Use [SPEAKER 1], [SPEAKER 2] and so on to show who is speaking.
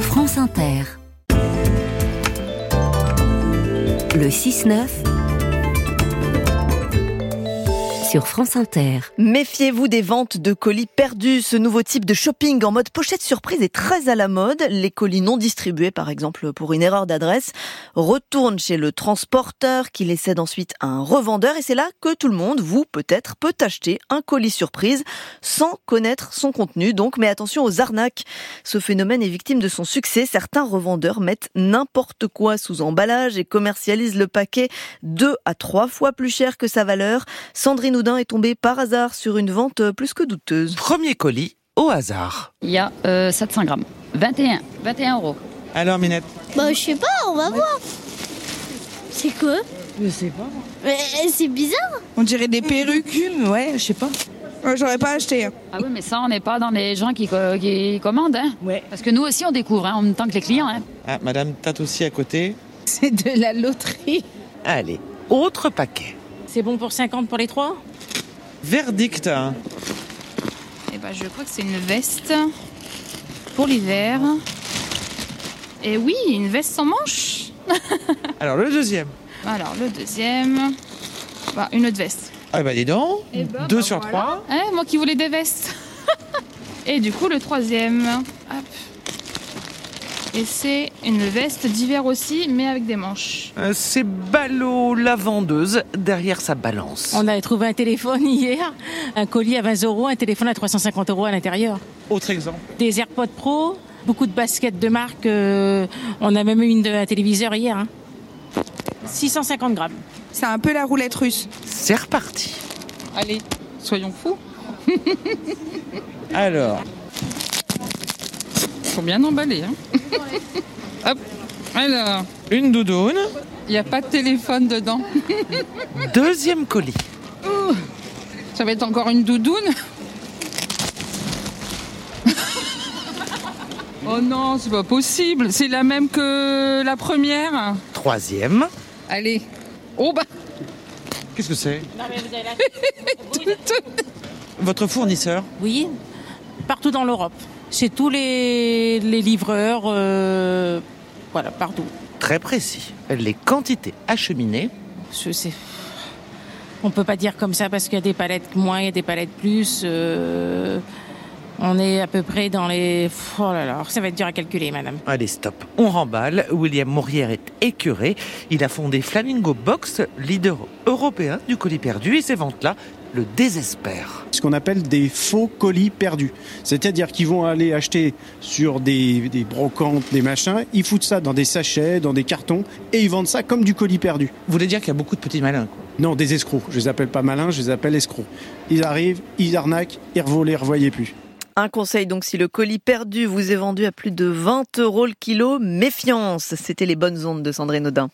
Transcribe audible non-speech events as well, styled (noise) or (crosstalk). [SPEAKER 1] France Inter. Le 6-9 sur France Inter.
[SPEAKER 2] Méfiez-vous des ventes de colis perdus. Ce nouveau type de shopping en mode pochette surprise est très à la mode. Les colis non distribués, par exemple, pour une erreur d'adresse, retournent chez le transporteur qui les cède ensuite à un revendeur. Et c'est là que tout le monde, vous peut-être, peut acheter un colis surprise sans connaître son contenu. Donc, mais attention aux arnaques. Ce phénomène est victime de son succès. Certains revendeurs mettent n'importe quoi sous emballage et commercialisent le paquet deux à trois fois plus cher que sa valeur. Sandrine Houdin est tombée par hasard sur une vente plus que douteuse.
[SPEAKER 3] Premier colis au hasard.
[SPEAKER 4] Il y a euh, 700 grammes. 21, 21 euros.
[SPEAKER 3] Alors Minette
[SPEAKER 5] Bah, je sais pas, on va voir. C'est quoi
[SPEAKER 6] Je sais pas.
[SPEAKER 5] Mais c'est bizarre.
[SPEAKER 7] On dirait des perruques.
[SPEAKER 6] Euh, Ouais, je sais pas.
[SPEAKER 7] Ouais, J'aurais pas acheté. hein.
[SPEAKER 4] Ah oui, mais ça, on n'est pas dans les gens qui, co- qui commandent. Hein.
[SPEAKER 6] Ouais.
[SPEAKER 4] Parce que nous aussi, on découvre hein, en même temps que les clients. Hein.
[SPEAKER 3] Ah, Madame Tate aussi à côté.
[SPEAKER 6] C'est de la loterie.
[SPEAKER 3] Allez, autre paquet.
[SPEAKER 6] C'est bon pour 50 pour les trois
[SPEAKER 3] Verdict.
[SPEAKER 8] Eh ben, je crois que c'est une veste pour l'hiver. Et oui, une veste sans manches.
[SPEAKER 3] Alors le deuxième.
[SPEAKER 8] Alors, le deuxième. Bah, une autre veste.
[SPEAKER 3] Ah bah dis donc,
[SPEAKER 8] Eh ben,
[SPEAKER 3] deux
[SPEAKER 8] bah,
[SPEAKER 3] sur
[SPEAKER 8] voilà.
[SPEAKER 3] trois.
[SPEAKER 8] Hein, moi qui voulais des vestes. (laughs) Et du coup, le troisième. Hop. Et c'est une veste d'hiver aussi, mais avec des manches.
[SPEAKER 3] Euh, C'est Ballot, la vendeuse, derrière sa balance.
[SPEAKER 6] On a trouvé un téléphone (laughs) hier, un colis à 20 euros, un téléphone à 350 euros à l'intérieur.
[SPEAKER 3] Autre exemple.
[SPEAKER 6] Des AirPods Pro, beaucoup de baskets de marque. euh, on a même eu une de un téléviseur hier. hein. 650 grammes.
[SPEAKER 7] C'est un peu la roulette russe.
[SPEAKER 3] C'est reparti.
[SPEAKER 8] Allez, soyons fous.
[SPEAKER 3] Alors,
[SPEAKER 8] Faut bien emballer. hein. Hop. Alors,
[SPEAKER 3] une doudoune.
[SPEAKER 8] il n'y a pas de téléphone dedans.
[SPEAKER 3] Deuxième colis.
[SPEAKER 8] Ça va être encore une
[SPEAKER 6] (laughs)
[SPEAKER 8] doudoune Oh non, c'est pas possible. C'est la même que la première.
[SPEAKER 3] Troisième.
[SPEAKER 8] Allez. Oh bah,
[SPEAKER 3] Qu'est-ce que c'est Votre fournisseur
[SPEAKER 6] Oui, partout dans l'Europe. Chez tous les, les livreurs, euh, voilà, partout.
[SPEAKER 3] Très précis. Les quantités acheminées.
[SPEAKER 6] Je sais. On peut pas dire comme ça parce qu'il y a des palettes moins, il y a des palettes plus. euh, on est à peu près dans les. Oh là là, ça va être dur à calculer, madame.
[SPEAKER 3] Allez, stop. On remballe. William Mourière est écœuré. Il a fondé Flamingo Box, leader européen du colis perdu, et ces ventes-là le désespèrent.
[SPEAKER 9] ce qu'on appelle des faux colis perdus. C'est-à-dire qu'ils vont aller acheter sur des, des brocantes, des machins, ils foutent ça dans des sachets, dans des cartons, et ils vendent ça comme du colis perdu.
[SPEAKER 3] Vous voulez dire qu'il y a beaucoup de petits malins quoi.
[SPEAKER 9] Non, des escrocs. Je les appelle pas malins, je les appelle escrocs. Ils arrivent, ils arnaquent, ils revolent, ils revoyaient plus.
[SPEAKER 2] Un conseil donc si le colis perdu vous est vendu à plus de 20 euros le kilo, méfiance. C'était les bonnes ondes de Sandrine Audin.